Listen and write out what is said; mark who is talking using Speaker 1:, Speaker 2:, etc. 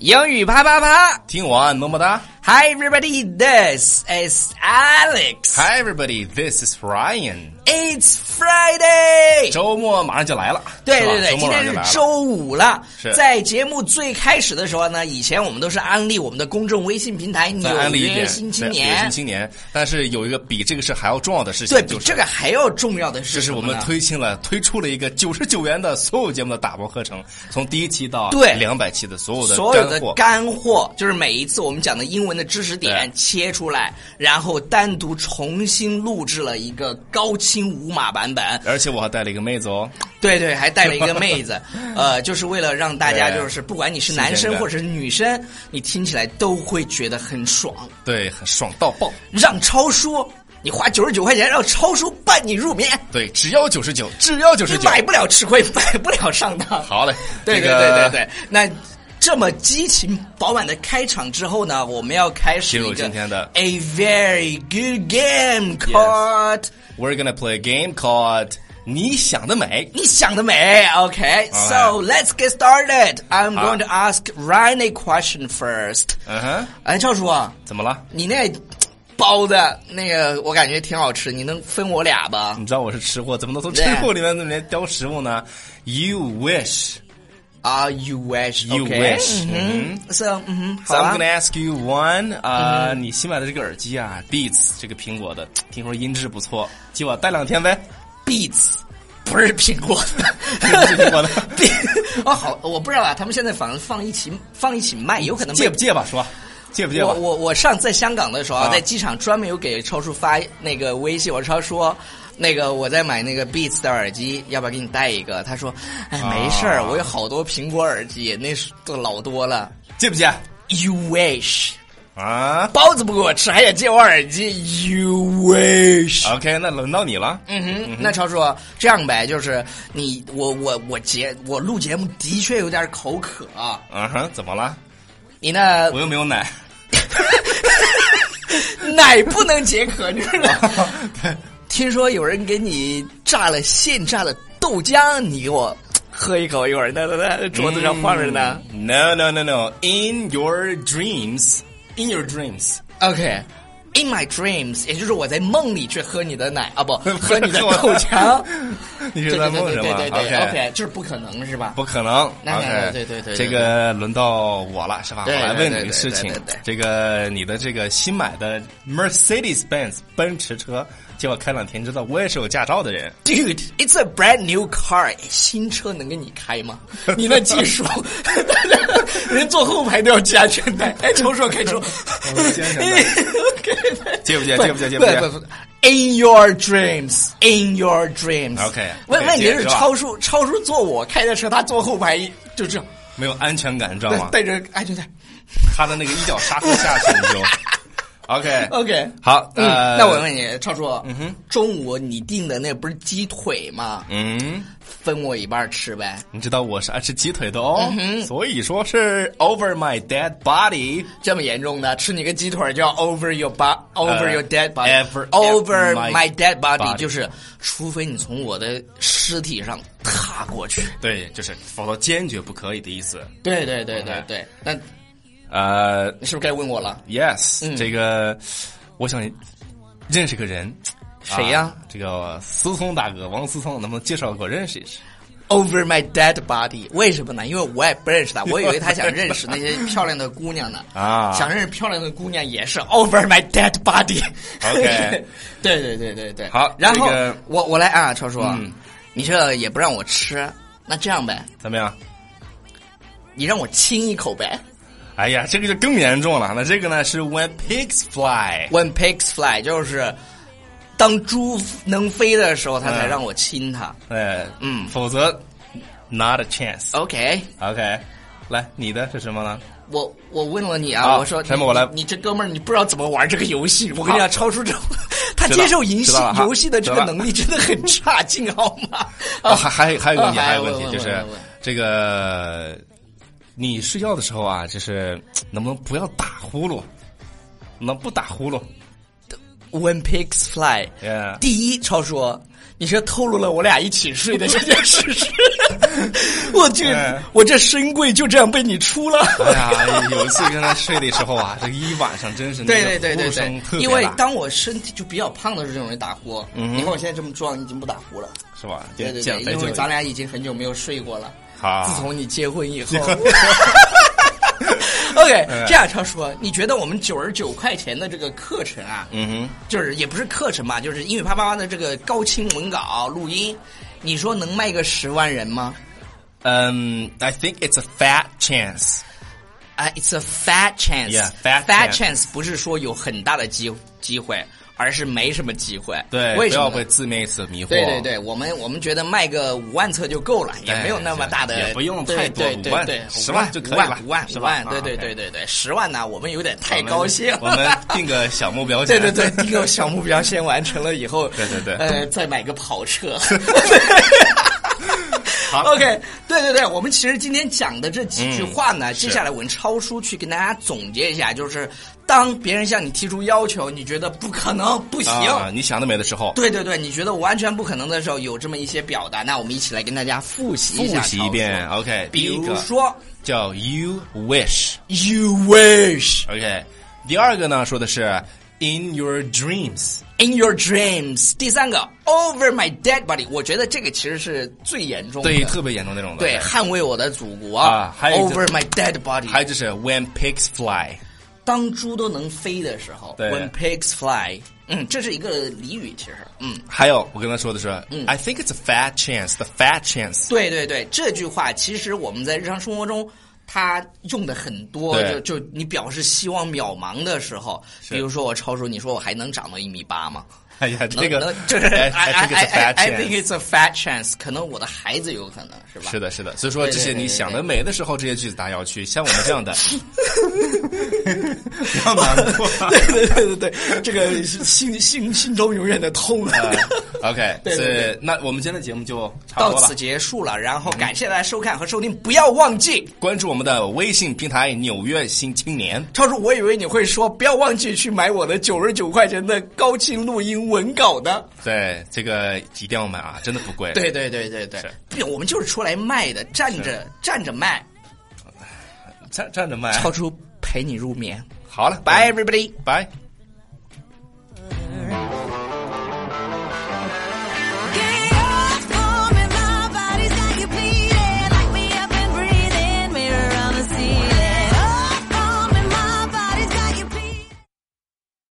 Speaker 1: 英语啪啪啪
Speaker 2: 听完么么哒。
Speaker 1: ！Hi everybody, this is Alex.
Speaker 2: Hi everybody, this is Ryan。
Speaker 1: It's Friday.
Speaker 2: 周末马上就来了，
Speaker 1: 对
Speaker 2: 是吧
Speaker 1: 对对，今
Speaker 2: 周末马
Speaker 1: 天
Speaker 2: 上就来了
Speaker 1: 是周五了
Speaker 2: 是。
Speaker 1: 在节目最开始的时候呢，以前我们都是安利我们的公众微信平台《
Speaker 2: 再
Speaker 1: 纽
Speaker 2: 安利一
Speaker 1: 约
Speaker 2: 遍，
Speaker 1: 新青
Speaker 2: 对纽约
Speaker 1: 年
Speaker 2: 新》。青年。但是有一个比这个事还要重要的事情，
Speaker 1: 对比
Speaker 2: 就是
Speaker 1: 这个还要重要的是
Speaker 2: 这是
Speaker 1: 什
Speaker 2: 我
Speaker 1: 么
Speaker 2: 们
Speaker 1: 呢
Speaker 2: 推进了推出了一个九十九元的所有节目的打包课程，从第一期到
Speaker 1: 对
Speaker 2: 两百期的所有的
Speaker 1: 所有的
Speaker 2: 干货。
Speaker 1: 干货，就是每一次我们讲的英文的知识点切出来，然后单独重新录制了一个高清无码版本。
Speaker 2: 而且我还带了一个妹子哦，
Speaker 1: 对对，还带了一个妹 子，呃，就是为了让大家
Speaker 2: 对
Speaker 1: 就是不管你是
Speaker 2: 新鲜
Speaker 1: 男生
Speaker 2: 感
Speaker 1: 或者是女生，你听起来都会觉得很爽。
Speaker 2: 对，很爽到爆，
Speaker 1: 让超叔，你花九十九块钱让超叔伴你入眠，
Speaker 2: 对，只要九十九，只要九
Speaker 1: 你
Speaker 2: 十九，
Speaker 1: 买不了吃亏， 买不了上当。
Speaker 2: 好嘞，
Speaker 1: 对
Speaker 2: 这
Speaker 1: 对对对
Speaker 2: 个
Speaker 1: 对，那这么激情饱满的开场之后呢，我们要开始
Speaker 2: 进入
Speaker 1: 一个
Speaker 2: 今天的
Speaker 1: A very good game called、
Speaker 2: We're gonna play a game called 你想得美。
Speaker 1: 你想得美，OK。So let's get started. I'm
Speaker 2: 好
Speaker 1: going to ask Ryan a question first.
Speaker 2: 嗯哼，
Speaker 1: 哎，赵叔，
Speaker 2: 怎么了？
Speaker 1: 你那包子那个我感觉挺好吃，你能分我俩吧？
Speaker 2: 你知道我是吃货，怎么能从吃
Speaker 1: 对
Speaker 2: 货里面里面挑食物呢？You wish,
Speaker 1: 啊、y o u wish,
Speaker 2: you
Speaker 1: okay?
Speaker 2: wish
Speaker 1: 嗯哼，So，嗯哼，
Speaker 2: So
Speaker 1: 好
Speaker 2: I'm
Speaker 1: 啊嗯
Speaker 2: gonna。ask you one 啊、你新买的这个耳机啊，Beats 这个苹果的，听说音质不错，借我戴两天呗。
Speaker 1: Beats 不是苹果的，
Speaker 2: 不是苹果的
Speaker 1: Beats- 哦，好，我不知道啊，他们现在反正放一起放一起卖，有可能
Speaker 2: 借
Speaker 1: 被
Speaker 2: 不借吧？说，借不借吧
Speaker 1: 我？我我上次在香港的时候，啊、
Speaker 2: 啊
Speaker 1: 在机场专门有给超叔发那个微信，我超说。那个我在买那个 Beats 的耳机，要不要给你带一个？他说：“哎，没事儿，
Speaker 2: 啊
Speaker 1: 我有好多苹果耳机，那是都老多了。
Speaker 2: 借不借？
Speaker 1: ”You wish，
Speaker 2: 啊
Speaker 1: 包子不给我吃，还想借我耳机？You wish。
Speaker 2: ？OK，那轮到你了。
Speaker 1: 啊嗯哼，那超叔这样呗，就是你我我我节我录节目的确有点口渴，啊
Speaker 2: 嗯哼，怎么了？
Speaker 1: 你那
Speaker 2: 我又没有奶。
Speaker 1: 奶不能解渴，你知道吗？ 听说有人给你榨了现榨的豆浆，你给我喝一口，一会儿那那那桌子上放着呢。
Speaker 2: 嗯 No no no no. In your dreams, in your dreams.
Speaker 1: OK。In my dreams，也就是我在梦里去喝你的奶啊， 不喝你的豆浆，
Speaker 2: 你
Speaker 1: 对
Speaker 2: 是
Speaker 1: 对
Speaker 2: 在
Speaker 1: 对
Speaker 2: 梦
Speaker 1: 对
Speaker 2: 什
Speaker 1: 对
Speaker 2: 么
Speaker 1: 对对，OK，就是不可能是吧？
Speaker 2: 不可能。
Speaker 1: 那
Speaker 2: OK，
Speaker 1: 对对对对
Speaker 2: 这个轮到我了，是吧？我
Speaker 1: 对
Speaker 2: 来
Speaker 1: 对
Speaker 2: 问你
Speaker 1: 对
Speaker 2: 一
Speaker 1: 对
Speaker 2: 个事
Speaker 1: 对
Speaker 2: 情
Speaker 1: 对对，
Speaker 2: 这个你的这个新买的 Mercedes Benz 奔驰车，结果开两天，你知道我也是有驾照的人。
Speaker 1: Dude，it's a brand new car，新车能给你开 吗？你那技术， 人坐后排都要系安全带。哎，超叔开车，
Speaker 2: 系 安 全带
Speaker 1: OK，
Speaker 2: 借不借？借不借？借不借？
Speaker 1: 不不，In your dreams, in your dreams。
Speaker 2: OK，
Speaker 1: 问
Speaker 2: 对
Speaker 1: 问题
Speaker 2: 接
Speaker 1: 是
Speaker 2: 是吧
Speaker 1: 超叔，超叔坐我开的车，他坐后排就这样，
Speaker 2: 没有安全感，你知道吗？
Speaker 1: 带着安全带。
Speaker 2: 他的那个一脚刹车下去，你就 OK
Speaker 1: OK，
Speaker 2: 好。
Speaker 1: 嗯，
Speaker 2: 呃
Speaker 1: 那我问你，超叔，中午你订的那不是鸡腿吗？
Speaker 2: 嗯，
Speaker 1: 分我一半吃呗。
Speaker 2: 你知道我是爱吃鸡腿的哦，
Speaker 1: 嗯
Speaker 2: 所以说是 over my dead body。
Speaker 1: 这么严重的，吃你个鸡腿儿叫 over your body, over
Speaker 2: 呃
Speaker 1: your dead body,
Speaker 2: ever-
Speaker 1: over
Speaker 2: my
Speaker 1: my dead body，
Speaker 2: body
Speaker 1: 就是除非你从我的尸体上踏过去。
Speaker 2: 对，就是否则坚决不可以的意思。
Speaker 1: 对对对对
Speaker 2: OK
Speaker 1: 对，那
Speaker 2: 呃，
Speaker 1: 你是不是该问我了？
Speaker 2: Yes，、
Speaker 1: 嗯
Speaker 2: 这个我想认识个人，
Speaker 1: 谁呀
Speaker 2: 啊这个思聪大哥，王思聪，能不能介绍给我认识一下？
Speaker 1: Over my dead body，为什么呢？因为我也不认识他，我以为他想认识那些漂亮的姑娘 呢。
Speaker 2: 啊
Speaker 1: 想认识漂亮的姑娘也是 over my dead body。
Speaker 2: OK
Speaker 1: 对对对对对。
Speaker 2: 好
Speaker 1: 然后、
Speaker 2: 这个
Speaker 1: 我我来啊，超叔，
Speaker 2: 嗯
Speaker 1: 你这也不让我吃，那这样呗，
Speaker 2: 怎么样？
Speaker 1: 你让我亲一口呗。
Speaker 2: 哎呀，这个就更严重了。那这个呢是 When pigs fly，
Speaker 1: When pigs fly，就是当猪能飞的时候，他
Speaker 2: 嗯
Speaker 1: 才让我亲它。
Speaker 2: 呃，
Speaker 1: 嗯
Speaker 2: 否则 not a chance。
Speaker 1: OK，
Speaker 2: OK，来，你的是什么呢？
Speaker 1: 我我问了你啊，
Speaker 2: 好
Speaker 1: 我说
Speaker 2: 陈
Speaker 1: 你
Speaker 2: 默我来
Speaker 1: 你你这哥们儿，你不知道怎么玩这个游戏。我跟你讲，
Speaker 2: 好
Speaker 1: 超叔这他
Speaker 2: 知道
Speaker 1: 接受游戏
Speaker 2: 知道了哈
Speaker 1: 游戏的这个
Speaker 2: 知道了
Speaker 1: 能力真的很差劲，好吗？
Speaker 2: 啊，还还有还有一个问题，
Speaker 1: 啊
Speaker 2: 还
Speaker 1: 还
Speaker 2: 有一个
Speaker 1: 有
Speaker 2: 问
Speaker 1: 问
Speaker 2: 题就
Speaker 1: 问
Speaker 2: 是
Speaker 1: 问问
Speaker 2: 这个，你睡觉的时候啊，就是能不能不要打呼噜？能不打呼噜
Speaker 1: When pigs
Speaker 2: 哎
Speaker 1: fly，
Speaker 2: ？Yeah。
Speaker 1: 第一，超叔，你是透露了我俩一起睡的这件事实。我去
Speaker 2: 哎，
Speaker 1: 我这深柜就这样被你出了。
Speaker 2: 哎呀，有一次跟他睡的时候啊，这一晚上真是那
Speaker 1: 对
Speaker 2: 个
Speaker 1: 对对对
Speaker 2: 呼声特
Speaker 1: 对，
Speaker 2: 别
Speaker 1: 因为
Speaker 2: 大
Speaker 1: 当我身体就比较胖的时候，这种人打呼。
Speaker 2: 嗯
Speaker 1: 你看我现在这么壮，已经不打呼了。
Speaker 2: 是吧？
Speaker 1: 对对
Speaker 2: 减
Speaker 1: 对，
Speaker 2: 肥
Speaker 1: 因
Speaker 2: 就
Speaker 1: 为咱俩已经很久没有睡过了。
Speaker 2: 好，
Speaker 1: 自从你结婚以后。OK，这
Speaker 2: 哎
Speaker 1: 样超叔，你觉得我们九十九块钱的这个课程啊，
Speaker 2: 嗯
Speaker 1: 就是也不是课程吧，就是英语啪啪啪的这个高清文稿录音，你说能卖个十万人吗？
Speaker 2: 哼，嗯，I think it's a fat chance。
Speaker 1: 啊、i t s a fat chance。
Speaker 2: Yeah, fat chance
Speaker 1: chance 不是说有很大的机机会，而是没什么机会。
Speaker 2: 对，
Speaker 1: 为
Speaker 2: 不
Speaker 1: 什
Speaker 2: 要
Speaker 1: 么呢？
Speaker 2: 被字面所迷惑。
Speaker 1: 对对对，我们我们觉得卖个五万册就够了，也没有那么大的，
Speaker 2: 哎也不用太多
Speaker 1: 对对
Speaker 2: 五万
Speaker 1: 对，
Speaker 2: 十万就可以了
Speaker 1: 五万
Speaker 2: 是
Speaker 1: 五
Speaker 2: 吧
Speaker 1: 万，
Speaker 2: 啊
Speaker 1: 对对
Speaker 2: OK
Speaker 1: 对对对，十万呢，我们有点太
Speaker 2: 我们
Speaker 1: 哎高兴了。
Speaker 2: 我们定个小 目标
Speaker 1: 对
Speaker 2: 钱。
Speaker 1: 对对，第一个小目标先完成了以后，对
Speaker 2: 对对
Speaker 1: 呃，再买个跑车。
Speaker 2: 好
Speaker 1: OK，对对对，我们其实今天讲的这几句话呢，
Speaker 2: 嗯是
Speaker 1: 接下来我们超叔去跟大家总结一下，就是当别人向你提出要求，你觉得不可能、不行，
Speaker 2: 啊，你想得美的时候，
Speaker 1: 对对对，你觉得完全不可能的时候，有这么一些表达，那我们一起来跟大家复习一下。
Speaker 2: 复习一遍。OK，第
Speaker 1: 比
Speaker 2: 一
Speaker 1: 如
Speaker 2: 个
Speaker 1: 说
Speaker 2: 叫 You wish。
Speaker 1: ，You wish
Speaker 2: OK，第二个呢说的是 In your dreams。
Speaker 1: in your dreams。第三个，Over my dead body。我觉得这个其实是最严重的，
Speaker 2: 对，特别严重那种的。
Speaker 1: 对，捍卫我的祖国
Speaker 2: 啊还有一个
Speaker 1: Over my dead body。
Speaker 2: 还有就是 When pigs fly，
Speaker 1: 当猪都能飞的时候
Speaker 2: 对
Speaker 1: ，When pigs fly。嗯，这是一个俚语，其实，嗯。
Speaker 2: 还有我跟他说的是、I think it's a fat chance，the fat chance。
Speaker 1: 对对对，这句话其实我们在日常生活中。它用的很多，
Speaker 2: 对
Speaker 1: 就就你表示希望渺茫的时候，比如说我超叔，你说我还能长到一米八吗？
Speaker 2: 哎呀，
Speaker 1: 能
Speaker 2: 这个哎
Speaker 1: 能就是 I
Speaker 2: I,
Speaker 1: I
Speaker 2: I think it's a
Speaker 1: I
Speaker 2: fat
Speaker 1: I think
Speaker 2: chance。
Speaker 1: it's a fat chance，可能我的孩子有可能是吧？
Speaker 2: 是的，是的，所以说
Speaker 1: 对对
Speaker 2: 这些
Speaker 1: 对对
Speaker 2: 你想得
Speaker 1: 对
Speaker 2: 美的时候，这些句子大家要去像我们这样的， 不要难 过。
Speaker 1: 对对对对对，这个是心心心中永远的痛。
Speaker 2: OK，
Speaker 1: 对对对
Speaker 2: 是那我们今天的节目就差
Speaker 1: 到
Speaker 2: 不多
Speaker 1: 此
Speaker 2: 了。
Speaker 1: 结束了，然后感谢大家收看和收听，不要忘记
Speaker 2: 关注我们的微信平台《纽约新青年》。
Speaker 1: 超叔，我以为你会说不要忘记去买我的九十九块钱的高清录音文稿呢。
Speaker 2: 对，这个一定要买啊，真的不贵。
Speaker 1: 对对对对对
Speaker 2: 是，
Speaker 1: 不我们就是出来卖的，站着站着卖，
Speaker 2: 站站着卖。哎
Speaker 1: 超出陪你入眠。
Speaker 2: 好了，嗯
Speaker 1: Bye everybody。
Speaker 2: 拜。